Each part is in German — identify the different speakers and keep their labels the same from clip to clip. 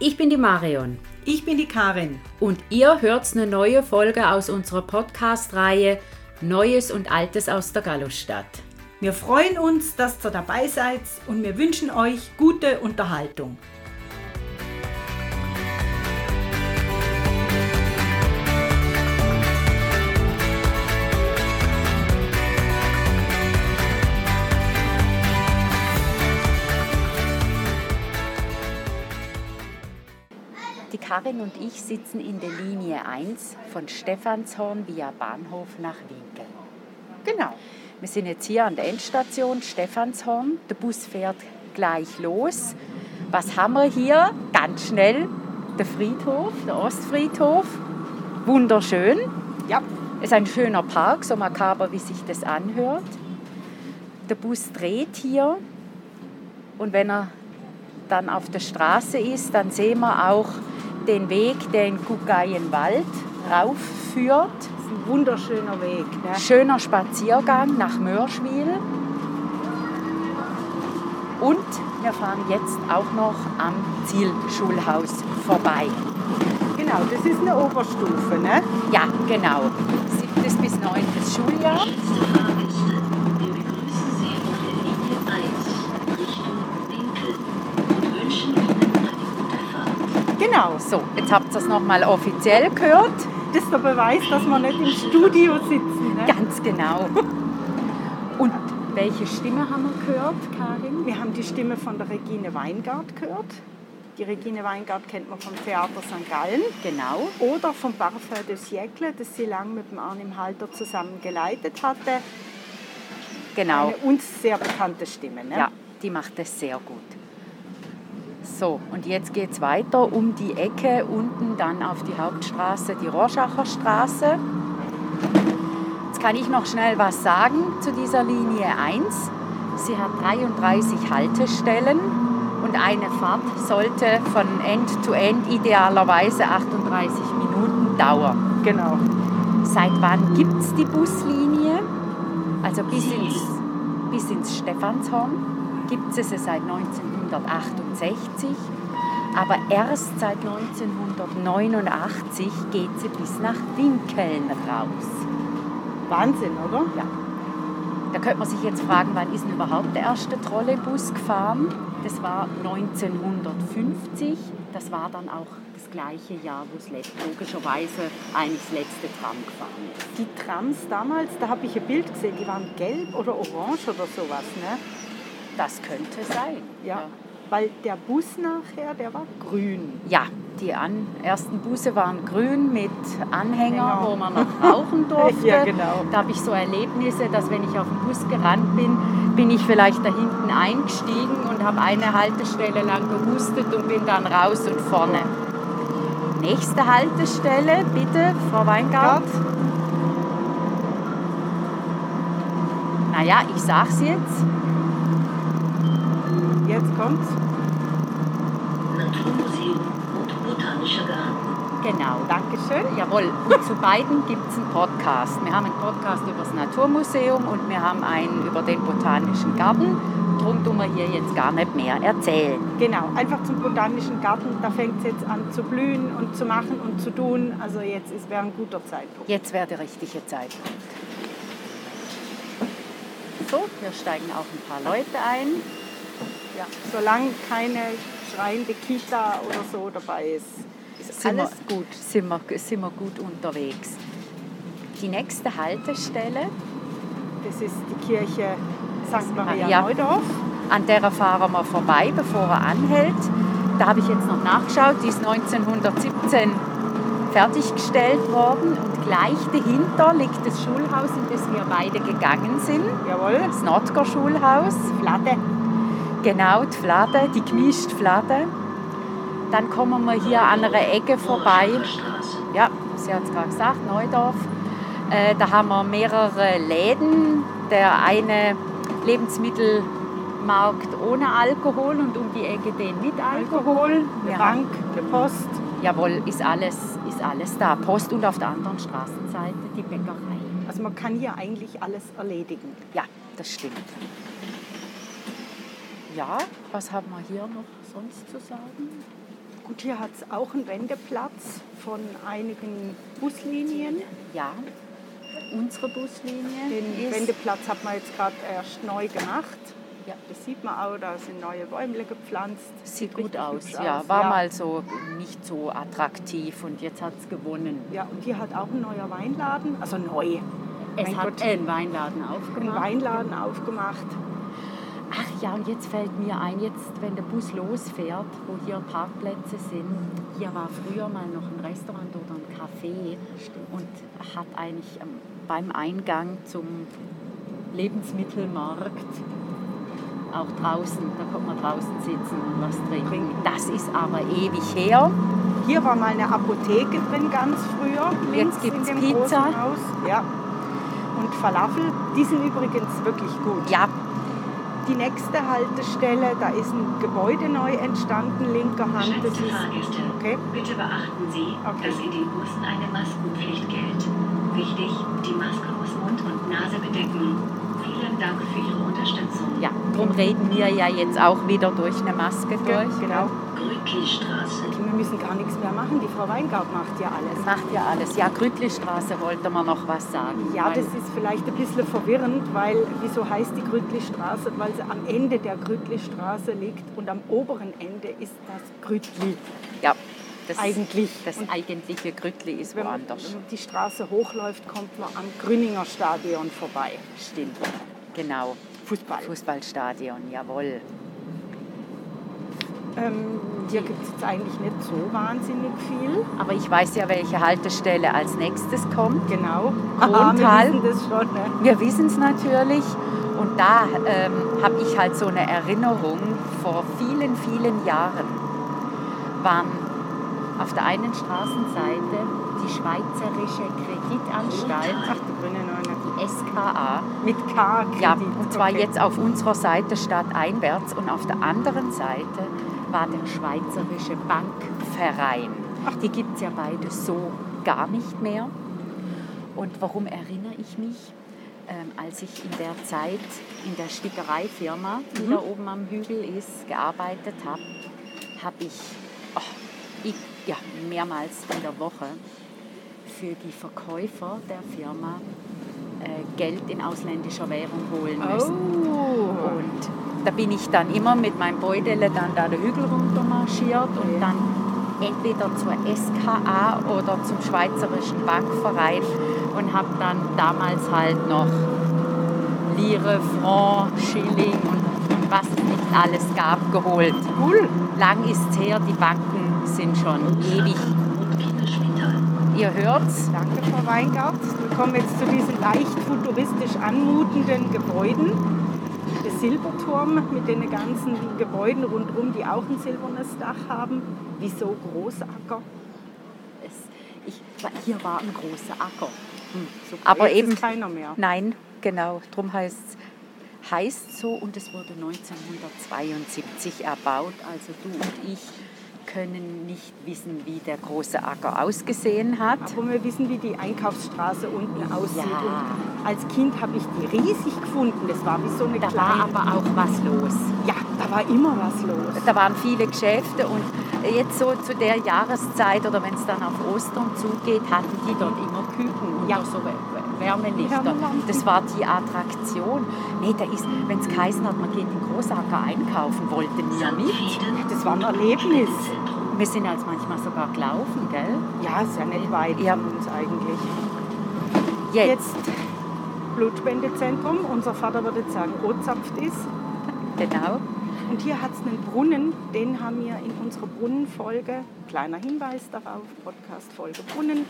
Speaker 1: die Marion.
Speaker 2: Ich bin die Karin.
Speaker 1: Und ihr hört's eine neue Folge aus unserer Podcast-Reihe Neues und Altes aus der Gallusstadt.
Speaker 2: Wir freuen uns, dass ihr dabei seid und wir wünschen euch gute Unterhaltung.
Speaker 1: Die Karin und ich sitzen in der Linie 1 von Stephanshorn via Bahnhof nach Winkel.
Speaker 2: Genau.
Speaker 1: Wir sind jetzt hier an der Endstation Stephanshorn. Der Bus fährt gleich los. Was haben wir hier? Ganz schnell der Friedhof, der Ostfriedhof. Wunderschön.
Speaker 2: Ja.
Speaker 1: Ist ein schöner Park, so makaber wie sich das anhört. Der Bus dreht hier und wenn er dann auf der Straße ist, dann sehen wir auch den Weg, der in Gugayenwald raufführt.
Speaker 2: Das ist ein wunderschöner Weg. Ne?
Speaker 1: Schöner Spaziergang nach Mörschwil. Und wir fahren jetzt auch noch am Zielschulhaus vorbei.
Speaker 2: Genau, das ist eine Oberstufe. Ne?
Speaker 1: Ja, genau. Siebtes bis neuntes Schuljahr. Genau, so. Jetzt habt ihr es nochmal offiziell gehört.
Speaker 2: Das ist der Beweis, dass wir nicht im Studio sitzen. Ne?
Speaker 1: Ganz genau. Und welche Stimme haben wir gehört, Karin?
Speaker 2: Wir haben die Stimme von der Regine Weingart gehört. Die Regine Weingart kennt man vom Theater St. Gallen.
Speaker 1: Genau.
Speaker 2: Oder vom Parfum des Siècle, das sie lang mit dem Arnim Halter zusammen geleitet hatte.
Speaker 1: Genau.
Speaker 2: Eine uns sehr bekannte Stimme. Ne?
Speaker 1: Ja, die macht das sehr gut. So, und jetzt geht es weiter um die Ecke, unten dann auf die Hauptstraße, die Rorschacher Straße. Jetzt kann ich noch schnell was sagen zu dieser Linie 1. Sie hat 33 Haltestellen und eine Fahrt sollte von End zu End idealerweise 38 Minuten dauern.
Speaker 2: Genau.
Speaker 1: Seit wann gibt es die Buslinie? Also bis ins, bis ins Stephanshorn gibt es es seit 1968, aber erst seit 1989 geht sie bis nach Winkeln raus.
Speaker 2: Wahnsinn, oder?
Speaker 1: Ja. Da könnte man sich jetzt fragen, wann ist denn überhaupt der erste Trolleybus gefahren? Das war 1950. Das war dann auch das gleiche Jahr, wo es let- logischerweise eigentlich das letzte Tram gefahren ist.
Speaker 2: Die Trams damals, da habe ich ein Bild gesehen, die waren gelb oder orange oder sowas. Ne?
Speaker 1: Das könnte sein.
Speaker 2: Ja. Weil der Bus nachher, der war grün.
Speaker 1: Ja, die an, ersten Busse waren grün mit Anhänger,
Speaker 2: Genau.
Speaker 1: wo man noch rauchen durfte.
Speaker 2: Ja, genau.
Speaker 1: Da habe ich so Erlebnisse, dass wenn ich auf den Bus gerannt bin, bin ich vielleicht da hinten eingestiegen und habe eine Haltestelle lang gehustet und bin dann raus und vorne. Nächste Haltestelle, bitte, Frau Weingart. Naja, ich sag's jetzt.
Speaker 2: Jetzt kommt's.
Speaker 3: Naturmuseum und Botanischer Garten.
Speaker 1: Genau.
Speaker 2: Dankeschön.
Speaker 1: Jawohl, und zu beiden gibt es einen Podcast. Wir haben einen Podcast über das Naturmuseum und wir haben einen über den Botanischen Garten. Darum tun wir hier jetzt gar nicht mehr erzählen.
Speaker 2: Genau, einfach zum Botanischen Garten. Da fängt es jetzt an zu blühen und zu machen und zu tun. Also jetzt ist- wäre ein guter Zeitpunkt.
Speaker 1: Jetzt wäre der richtige Zeitpunkt. So, wir steigen auch ein paar Leute ein.
Speaker 2: Ja. Solange keine schreiende Kita oder so dabei ist, ist
Speaker 1: Sind
Speaker 2: alles
Speaker 1: wir,
Speaker 2: gut.
Speaker 1: Sind wir, sind wir gut unterwegs. Die nächste Haltestelle,
Speaker 2: Das ist die Kirche St. Maria
Speaker 1: Maria.
Speaker 2: Neudorf.
Speaker 1: an der fahren wir vorbei, bevor er anhält. Da habe ich jetzt noch nachgeschaut, die ist 1917 fertiggestellt worden und gleich dahinter liegt das Schulhaus, in das wir beide gegangen sind,
Speaker 2: Jawohl.
Speaker 1: das Nordger Schulhaus.
Speaker 2: Platte.
Speaker 1: Genau, die Flade, die gemischte Flade. Dann kommen wir hier an einer Ecke vorbei.
Speaker 3: Straße.
Speaker 1: Ja, sie hat es gerade gesagt, Neudorf. Äh, da haben wir mehrere Läden. Der eine Lebensmittelmarkt ohne Alkohol und um die Ecke den mit Alkohol.
Speaker 2: Alkohol, eine
Speaker 1: Ja.
Speaker 2: Bank, eine Post.
Speaker 1: Jawohl, ist alles, ist alles da. Post und auf der anderen Straßenseite die Bäckerei.
Speaker 2: Also man kann hier eigentlich alles erledigen.
Speaker 1: Ja, das stimmt. Ja, was haben wir hier noch sonst zu sagen?
Speaker 2: Gut, hier hat es auch einen Wendeplatz von einigen Buslinien.
Speaker 1: Ja, unsere Buslinie
Speaker 2: Den
Speaker 1: ist
Speaker 2: Wendeplatz hat man jetzt gerade erst neu gemacht.
Speaker 1: Ja.
Speaker 2: Das sieht man auch, da sind neue Bäume gepflanzt.
Speaker 1: sieht gut
Speaker 2: richtig
Speaker 1: aus.
Speaker 2: hübsch
Speaker 1: Ja,
Speaker 2: aus,
Speaker 1: war
Speaker 2: ja.
Speaker 1: mal so nicht so attraktiv und jetzt hat es gewonnen.
Speaker 2: Ja, und hier hat auch ein neuer Weinladen, also neu,
Speaker 1: Es
Speaker 2: Mein
Speaker 1: hat
Speaker 2: Gott.
Speaker 1: einen Weinladen
Speaker 2: einen
Speaker 1: aufgemacht.
Speaker 2: Weinladen aufgemacht.
Speaker 1: Ach ja, und jetzt fällt mir ein, jetzt wenn der Bus losfährt, wo hier Parkplätze sind, hier war früher mal noch ein Restaurant oder ein Café und hat eigentlich ähm, beim Eingang zum Lebensmittelmarkt auch draußen, da konnte man draußen sitzen und was trinken.
Speaker 2: Trinken.
Speaker 1: Das ist aber ewig her.
Speaker 2: Hier war mal eine Apotheke drin, ganz früher. links
Speaker 1: Jetzt gibt's
Speaker 2: in dem
Speaker 1: Pizza.
Speaker 2: Großen Haus. Ja. Und Falafel, die sind übrigens wirklich gut.
Speaker 1: Ja,
Speaker 2: Die nächste Haltestelle, da ist ein Gebäude neu entstanden, linker Hand. Das
Speaker 3: Geschätzte
Speaker 2: ist,
Speaker 3: Fahrgäste,
Speaker 2: okay.
Speaker 3: bitte beachten Sie,
Speaker 2: Okay.
Speaker 3: dass in den Bussen eine Maskenpflicht gilt. Wichtig, die Maske muss Mund und Nase bedecken. Vielen Dank für Ihre Unterstützung.
Speaker 1: ja. Darum reden wir ja jetzt auch wieder durch eine Maske durch.
Speaker 2: Genau.
Speaker 3: Grücki-Straße.
Speaker 2: Wir müssen gar nichts mehr machen. Die Frau Weingart macht ja alles.
Speaker 1: Macht ja alles. Ja, Grütlistraße wollte man noch was sagen.
Speaker 2: Ja,
Speaker 1: Weil-
Speaker 2: das ist vielleicht ein bisschen verwirrend, weil wieso heißt die Grütlistraße? Weil sie am Ende der Grütlistraße liegt und am oberen Ende ist das Grütli
Speaker 1: Ja, das,
Speaker 2: eigentlich.
Speaker 1: das eigentliche Grütli ist
Speaker 2: wenn, man,
Speaker 1: woanders.
Speaker 2: wenn man die Straße hochläuft, kommt man am Grüninger Stadion vorbei.
Speaker 1: Stimmt. Genau.
Speaker 2: Fußball.
Speaker 1: Fußballstadion, jawohl.
Speaker 2: Ähm, hier gibt es jetzt eigentlich nicht so wahnsinnig viel.
Speaker 1: Aber ich weiß ja, welche Haltestelle als nächstes kommt.
Speaker 2: Genau.
Speaker 1: Krontal.
Speaker 2: Wir wissen das schon. Ne?
Speaker 1: Wir wissen es natürlich. Und da ähm, habe ich halt so eine Erinnerung. Vor vielen, vielen Jahren waren auf der einen Straßenseite die Schweizerische Kreditanstalt,
Speaker 2: Ach, die grüne Neune.
Speaker 1: die SKA.
Speaker 2: Mit K. -Kredit.
Speaker 1: Ja, und zwar
Speaker 2: Okay.
Speaker 1: jetzt auf unserer Seite stadteinwärts und auf der anderen Seite war der Schweizerische Bankverein. Ach, die gibt es ja beide so gar nicht mehr. Und warum erinnere ich mich? Ähm, als ich in der Zeit in der Stickereifirma, die
Speaker 2: Mhm.
Speaker 1: da oben am Hügel ist, gearbeitet habe, habe ich, oh, ich ja, mehrmals in der Woche für die Verkäufer der Firma äh, Geld in ausländischer Währung holen müssen.
Speaker 2: Oh.
Speaker 1: Und da bin ich dann immer mit meinem Beudele dann da den Hügel runter marschiert und dann entweder zur SKA oder zum Schweizerischen Bankverein und habe dann damals halt noch Lire, Franc, Schilling und, und was es nicht alles gab, geholt.
Speaker 2: Cool.
Speaker 1: Lang ist's her, die Banken sind schon ewig.
Speaker 3: Und Kinderspital.
Speaker 1: Ihr hört's?
Speaker 2: Danke, Frau Weingart. Wir kommen jetzt zu diesen leicht futuristisch anmutenden Gebäuden. Der Silberturm mit den ganzen Gebäuden rundherum, die auch ein silbernes Dach haben. Wieso Großacker?
Speaker 1: Es, ich, hier war ein großer Acker.
Speaker 2: Super,
Speaker 1: Aber
Speaker 2: jetzt
Speaker 1: eben-
Speaker 2: Ist keiner mehr.
Speaker 1: Nein, genau, darum heißt es heißt so und es wurde 1972 erbaut. Also du und ich können nicht wissen, wie der große Acker ausgesehen hat.
Speaker 2: Aber wir wissen, wie die Einkaufsstraße unten aussieht.
Speaker 1: Ja.
Speaker 2: Und als Kind habe ich die riesig gefunden. Das war wie so eine
Speaker 1: Da war
Speaker 2: kleine.
Speaker 1: aber auch was los.
Speaker 2: Ja, da war immer was los.
Speaker 1: Da waren viele Geschäfte und jetzt so zu der Jahreszeit oder wenn es dann auf Ostern zugeht, hatten die dort immer Küken und
Speaker 2: Ja.
Speaker 1: auch so Wär- Wärmelichter.
Speaker 2: Wärmelampen.
Speaker 1: Das war die Attraktion. Nee, da ist, wenn es geheißen hat, man geht in Großacker einkaufen, wollte nie mit.
Speaker 2: Das war ein Erlebnis.
Speaker 1: Wir sind als manchmal sogar gelaufen, gell?
Speaker 2: Ja, ist ja nicht weit
Speaker 1: Ja.
Speaker 2: von uns eigentlich.
Speaker 1: Jetzt,
Speaker 2: Jetzt Blutspendezentrum. Unser Vater würde jetzt sagen, Ozapft ist.
Speaker 1: genau.
Speaker 2: Und hier hat es einen Brunnen, den haben wir in unserer Brunnenfolge, kleiner Hinweis darauf, Podcast-Folge Brunnen,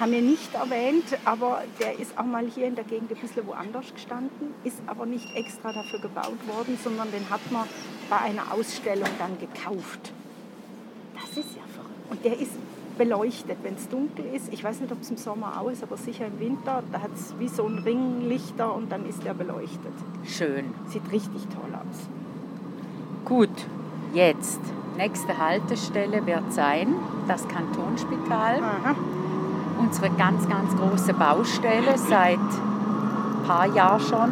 Speaker 2: haben wir nicht erwähnt, aber der ist auch mal hier in der Gegend ein bisschen woanders gestanden, ist aber nicht extra dafür gebaut worden, sondern den hat man bei einer Ausstellung dann gekauft.
Speaker 1: Das ist ja verrückt.
Speaker 2: Und der ist beleuchtet, wenn es dunkel ist. Ich weiß nicht, ob es im Sommer auch ist, aber sicher im Winter, da hat es wie so ein Ringlichter und dann ist der beleuchtet.
Speaker 1: Schön.
Speaker 2: Sieht richtig toll aus.
Speaker 1: Gut, jetzt. Nächste Haltestelle wird sein das Kantonsspital.
Speaker 2: Aha.
Speaker 1: Unsere ganz, ganz große Baustelle seit ein paar Jahren schon.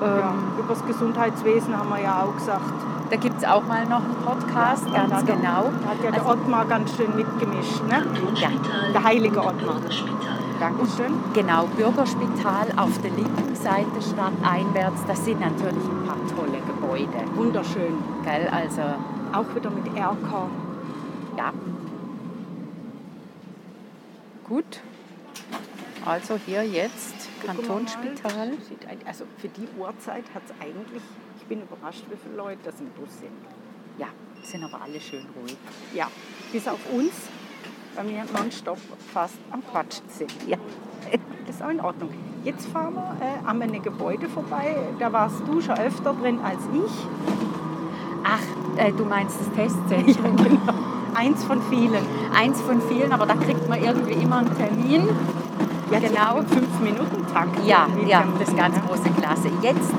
Speaker 2: Ja, über das Gesundheitswesen haben wir ja auch gesagt.
Speaker 1: Da gibt es auch mal noch einen Podcast,
Speaker 2: Und
Speaker 1: ganz
Speaker 2: da hat der-
Speaker 1: genau.
Speaker 2: Da hat ja der
Speaker 1: Also-
Speaker 2: Ottmar ganz schön mitgemischt. Ne?
Speaker 3: Kantonsspital.
Speaker 2: Der heilige Ottmar.
Speaker 3: Bürgerspital.
Speaker 2: Dankeschön.
Speaker 1: Genau, Bürgerspital auf der linken Seite stadteinwärts. Das sind natürlich ein paar tolle Gebäude.
Speaker 2: Wunderschön.
Speaker 1: Gell? Also,
Speaker 2: Auch wieder mit Erker.
Speaker 1: ja. Gut. Also hier jetzt
Speaker 2: Gucken wir mal.
Speaker 1: Kantonsspital.
Speaker 2: Sieht ein- Also für die Uhrzeit hat es eigentlich, ich bin überrascht, wie viele Leute das im Bus sind.
Speaker 1: Ja, sind aber alle schön ruhig.
Speaker 2: Ja, bis auf uns, weil wir nonstop fast am Quatschen sind.
Speaker 1: Ja.
Speaker 2: Das ist auch in Ordnung. Jetzt fahren wir äh, an einem Gebäude vorbei. Da warst du schon öfter drin als ich.
Speaker 1: Ach, äh, du meinst das Testzentrum.
Speaker 2: Eins von vielen.
Speaker 1: Eins von vielen, aber da kriegt man irgendwie immer einen Termin.
Speaker 2: Ja,
Speaker 1: Genau.
Speaker 2: Fünf Minuten Takt.
Speaker 1: Ja,
Speaker 2: Mit
Speaker 1: ja,
Speaker 2: Termin,
Speaker 1: das ist ganz
Speaker 2: ne?
Speaker 1: große Klasse. Jetzt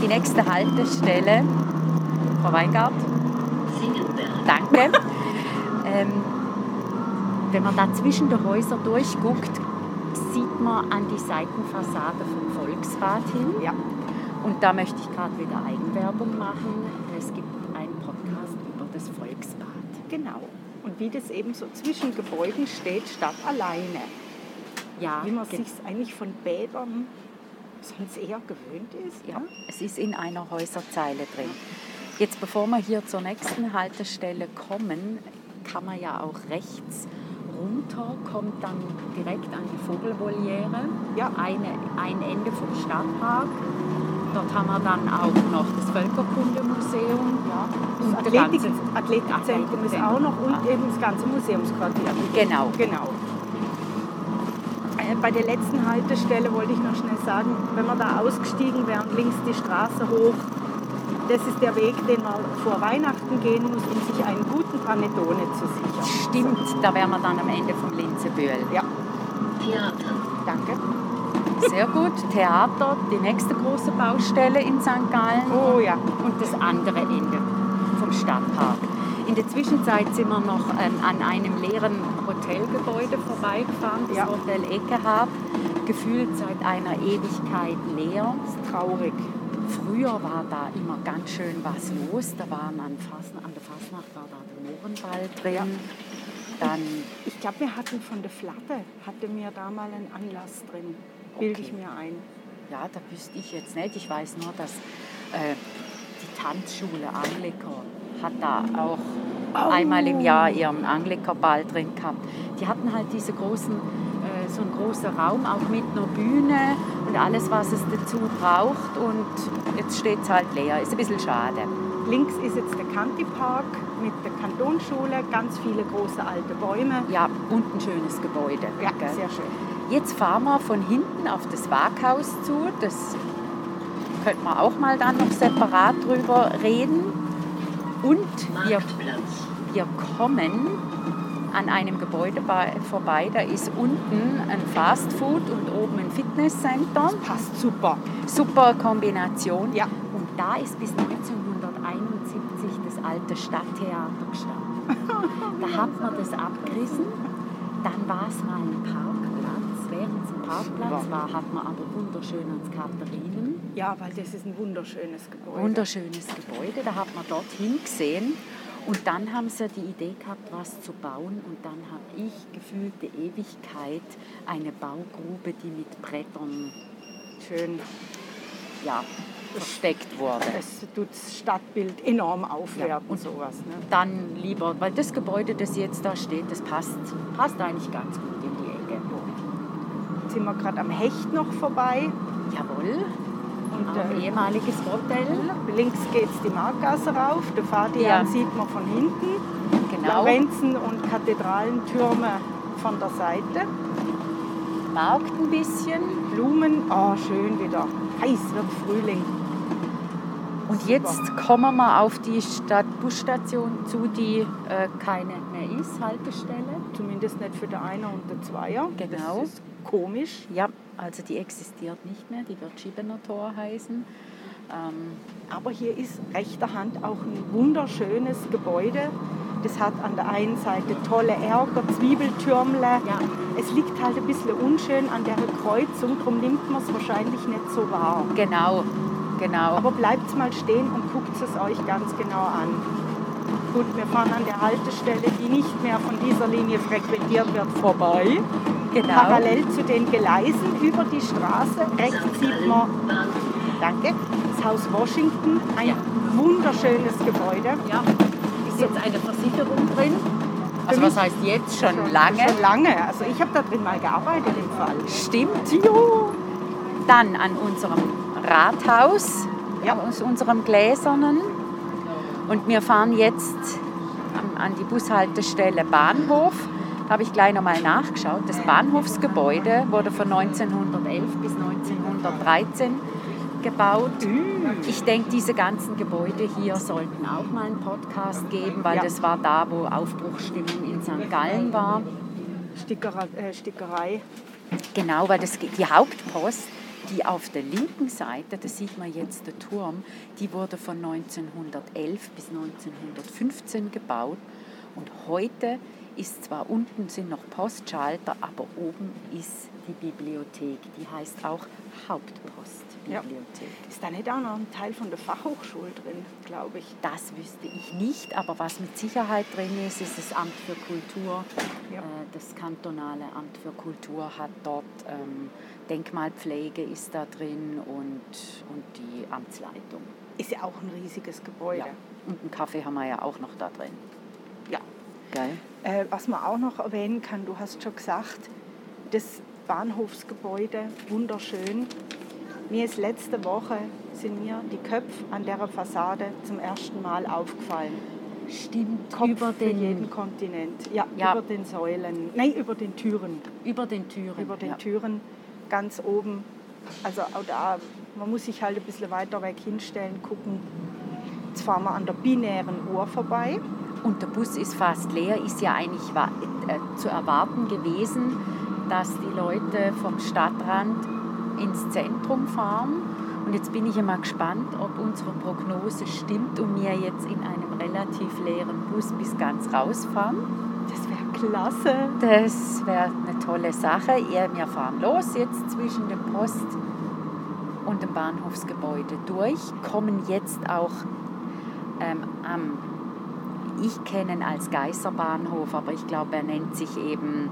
Speaker 1: die nächste Haltestelle. Frau Weingart,
Speaker 3: Singenberg.
Speaker 1: danke. ähm, wenn man da zwischen den Häusern durchguckt, sieht man an die Seitenfassade vom Volksbad hin.
Speaker 2: Ja.
Speaker 1: Und da möchte ich gerade wieder Eigenwerbung machen. Es gibt einen Podcast über das Volksbad.
Speaker 2: Genau. Und wie das eben so zwischen Gebäuden steht, statt alleine.
Speaker 1: Ja,
Speaker 2: Wie man
Speaker 1: ge-
Speaker 2: sich eigentlich von Bädern sonst eher gewöhnt ist.
Speaker 1: Ja,
Speaker 2: ne?
Speaker 1: es ist in einer Häuserzeile drin. Jetzt, bevor wir hier zur nächsten Haltestelle kommen, kann man ja auch rechts runter, kommt dann direkt an die Vogelvoliere,
Speaker 2: Ja.
Speaker 1: eine, ein Ende vom Stadtpark. Dort haben wir dann auch noch das Völkerkundemuseum.
Speaker 2: Ja.
Speaker 1: Und
Speaker 2: Das
Speaker 1: der
Speaker 2: Athletik,
Speaker 1: ganze-
Speaker 2: Athletikzentrum ist auch noch und eben das ganze Museumsquartier.
Speaker 1: Genau.
Speaker 2: Genau. Äh, Bei der letzten Haltestelle wollte ich noch schnell sagen, wenn wir da ausgestiegen wären, links die Straße hoch, das ist der Weg, den man vor Weihnachten gehen muss, um sich einen guten Panettone zu sichern.
Speaker 1: Stimmt, da wären wir dann am Ende vom Linzebühl.
Speaker 2: Ja,
Speaker 3: Theater.
Speaker 2: danke.
Speaker 1: Sehr gut. Theater, die nächste große Baustelle in St. Gallen.
Speaker 2: Oh ja,
Speaker 1: und das andere Ende vom Stadtpark. In der Zwischenzeit sind wir noch ähm, an einem leeren Hotelgebäude vorbeigefahren, das
Speaker 2: Ja.
Speaker 1: Hotel Eckehab, gefühlt seit einer Ewigkeit leer.
Speaker 2: ist traurig.
Speaker 1: Früher war da immer ganz schön was los. Da waren an, Fasn an der Fasnacht war da der Mohrenball drin. Dann
Speaker 2: Ich glaube, wir hatten von der Flatte, hatte mir da mal einen Anlass drin. Bilde
Speaker 1: Okay.
Speaker 2: ich mir ein.
Speaker 1: Ja, da wüsste ich jetzt nicht. Ich weiß nur, dass äh, die Tanzschule Angliker hat da auch einmal im Jahr ihren Anglikerball drin gehabt. Die hatten halt diese großen, äh, so einen großen Raum, auch mit einer Bühne und alles, was es dazu braucht. Und jetzt steht es halt leer. Ist ein bisschen schade.
Speaker 2: Links ist jetzt der Kantipark mit der Kantonsschule, ganz viele große alte Bäume.
Speaker 1: Ja, und ein schönes Gebäude.
Speaker 2: Ja,
Speaker 1: gell?
Speaker 2: sehr schön.
Speaker 1: Jetzt fahren wir von hinten auf das Waghaus zu. Das könnte man auch mal dann noch separat drüber reden. Und wir,
Speaker 3: Marktplatz.
Speaker 1: wir kommen an einem Gebäude bei- vorbei. Da ist unten ein Fastfood und oben ein Fitnesscenter.
Speaker 2: Passt super.
Speaker 1: Super Kombination.
Speaker 2: Ja.
Speaker 1: Und da ist bis 1971 das alte Stadttheater gestanden. Da hat man das abgerissen. Dann war es mal ein Parkplatz. Während es ein Parkplatz war, hat man aber wunderschön ans Katharinen.
Speaker 2: Ja, weil das ist ein wunderschönes Gebäude.
Speaker 1: Wunderschönes Gebäude. Da hat man dorthin gesehen. Und dann haben sie die Idee gehabt, was zu bauen. Und dann habe ich gefühlte Ewigkeit eine Baugrube, die mit Brettern
Speaker 2: Schön.
Speaker 1: ja, versteckt wurde.
Speaker 2: Es tut das Stadtbild enorm aufwerten,
Speaker 1: Ja, und-
Speaker 2: sowas. Ne?
Speaker 1: dann lieber, weil das Gebäude, das jetzt da steht, das passt, passt eigentlich ganz gut in die Ecke.
Speaker 2: Jetzt sind wir gerade am Hecht noch vorbei.
Speaker 1: Jawohl,
Speaker 2: Und
Speaker 1: ein
Speaker 2: äh,
Speaker 1: ehemaliges Hotel,
Speaker 2: links geht es die Markgasse rauf. Der
Speaker 1: Ja.
Speaker 2: Fadian sieht man von hinten.
Speaker 1: genau.
Speaker 2: Laurenzen und Kathedralentürme von der Seite.
Speaker 1: Markt ein bisschen.
Speaker 2: Blumen, oh, schön wieder. Heiß wird Frühling.
Speaker 1: Und
Speaker 2: Super.
Speaker 1: jetzt kommen wir auf die Stadtbusstation zu, die äh, keine mehr ist, Haltestelle.
Speaker 2: Zumindest nicht für den Einer und den Zweier.
Speaker 1: Genau.
Speaker 2: Das ist komisch.
Speaker 1: Ja, also die existiert nicht mehr, die wird Schiebener Tor heißen. Ähm,
Speaker 2: Aber hier ist rechter Hand auch ein wunderschönes Gebäude. Das hat an der einen Seite tolle Erker, Zwiebeltürmle.
Speaker 1: ja,
Speaker 2: Es liegt halt ein bisschen unschön an der Kreuzung, darum nimmt man es wahrscheinlich nicht so wahr.
Speaker 1: genau, genau.
Speaker 2: Aber bleibt mal stehen und guckt es euch ganz genau an. Gut, wir fahren an der Haltestelle, die nicht mehr von dieser Linie frequentiert wird, vorbei.
Speaker 1: genau.
Speaker 2: Parallel zu den Gleisen über die Straße rechts sieht man, danke, das Haus Washington, ein wunderschönes Gebäude.
Speaker 4: Ja, ist jetzt eine Versicherung drin.
Speaker 1: Also was heißt jetzt schon lange?
Speaker 2: Schon lange. Also ich habe da drin mal gearbeitet im Fall.
Speaker 1: Stimmt. Dann an unserem Rathaus,
Speaker 2: Ja.
Speaker 1: aus unserem Gläsernen. Und wir fahren jetzt am- an die Bushaltestelle Bahnhof. Da habe ich gleich nochmal nachgeschaut. Das Bahnhofsgebäude wurde von 1911 bis 1913 gebaut.
Speaker 2: Mm.
Speaker 1: Ich denke, diese ganzen Gebäude hier sollten auch mal einen Podcast geben, weil
Speaker 2: Ja.
Speaker 1: das war da, wo Aufbruchstimmung in St. Gallen war.
Speaker 2: Stickerei, äh, Stickerei.
Speaker 1: Genau, weil das, die Hauptpost, die auf der linken Seite, da sieht man jetzt den Turm, die wurde von 1911 bis 1915 gebaut. Und heute ist zwar unten sind noch Postschalter, aber oben ist die Bibliothek. Die heißt auch Hauptpostbibliothek.
Speaker 2: Ist da nicht auch noch ein Teil von der Fachhochschule drin, glaube ich.
Speaker 1: Das wüsste ich nicht, aber was mit Sicherheit drin ist, ist das Amt für Kultur.
Speaker 2: Ja.
Speaker 1: Äh, Das kantonale Amt für Kultur hat dort ähm, Denkmalpflege ist da drin und, und die Amtsleitung.
Speaker 2: Ist ja auch ein riesiges
Speaker 1: Ja.
Speaker 2: Gebäude.
Speaker 1: Und einen Kaffee haben wir ja auch noch da drin.
Speaker 2: Ja.
Speaker 1: Geil.
Speaker 2: Äh, was man auch noch erwähnen kann, du hast schon gesagt, das Bahnhofsgebäude, wunderschön. Mir ist letzte Woche, sind mir die Köpfe an der Fassade zum ersten Mal aufgefallen.
Speaker 1: Stimmt,
Speaker 2: Kopf
Speaker 1: über
Speaker 2: für jeden
Speaker 1: den,
Speaker 2: Kontinent. Ja,
Speaker 1: Ja.
Speaker 2: über den Säulen. Nein, über den Türen.
Speaker 1: über den Türen.
Speaker 2: Über den
Speaker 1: ja.
Speaker 2: Türen ganz oben. Also auch da, man muss sich halt ein bisschen weiter weg hinstellen, gucken. Jetzt fahren wir an der binären Uhr vorbei.
Speaker 1: Und der Bus ist fast leer, ist ja eigentlich wa- äh, zu erwarten gewesen, dass die Leute vom Stadtrand ins Zentrum fahren. Und jetzt bin ich immer gespannt, ob unsere Prognose stimmt und wir jetzt in einem relativ leeren Bus bis ganz rausfahren.
Speaker 2: Das wäre klasse.
Speaker 1: Das wäre eine tolle Sache. Ihr, wir fahren los jetzt zwischen dem Post und dem Bahnhofsgebäude durch, kommen jetzt auch ähm, am, ich kenne ihn als Geißerbahnhof, aber ich glaube, er nennt sich eben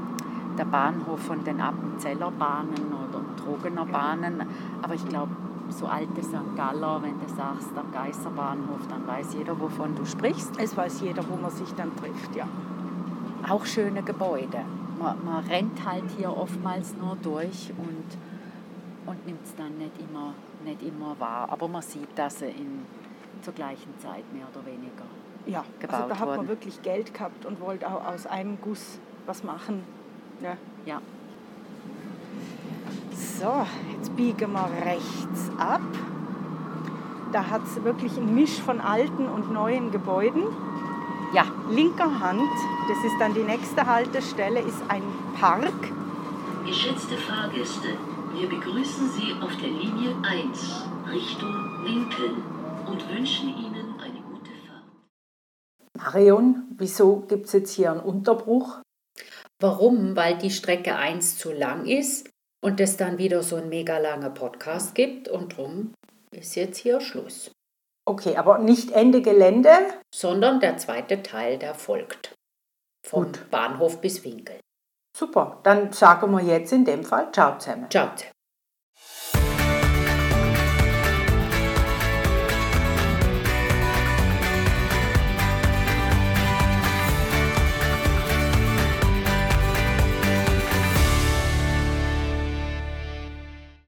Speaker 1: der Bahnhof von den Appenzeller Bahnen oder Trogener Bahnen, aber ich glaube, so alte St. Galler, wenn du sagst, der Geißerbahnhof, dann weiß jeder, wovon du sprichst.
Speaker 2: Es weiß jeder, wo man sich dann trifft, ja.
Speaker 1: auch schöne Gebäude. Man, man rennt halt hier oftmals nur durch und, und nimmt es dann nicht immer, nicht immer wahr. Aber man sieht, dass er in, zur gleichen Zeit mehr oder weniger.
Speaker 2: Ja, also
Speaker 1: Gebaut
Speaker 2: da hat
Speaker 1: worden.
Speaker 2: man wirklich Geld gehabt und wollte auch aus einem Guss was machen. Ja.
Speaker 1: Ja.
Speaker 2: So, jetzt biegen wir rechts ab. Da hat es wirklich einen Misch von alten und neuen Gebäuden.
Speaker 1: Ja,
Speaker 2: Linker Hand, das ist dann die nächste Haltestelle, ist ein Park.
Speaker 3: Geschätzte Fahrgäste, wir begrüßen Sie auf der Linie 1 Richtung Lincoln und wünschen Ihnen eine gute Fahrt.
Speaker 5: Marion, wieso gibt es jetzt hier einen Unterbruch?
Speaker 1: Warum? Weil die Strecke 1 zu lang ist und es dann wieder so ein mega langer Podcast gibt und drum ist jetzt hier Schluss.
Speaker 5: Okay, aber nicht Ende Gelände?
Speaker 1: Sondern der zweite Teil, der folgt. Vom Bahnhof bis Winkel.
Speaker 5: Super, dann sagen wir jetzt in dem Fall Ciao zusammen.
Speaker 1: Ciao zusammen.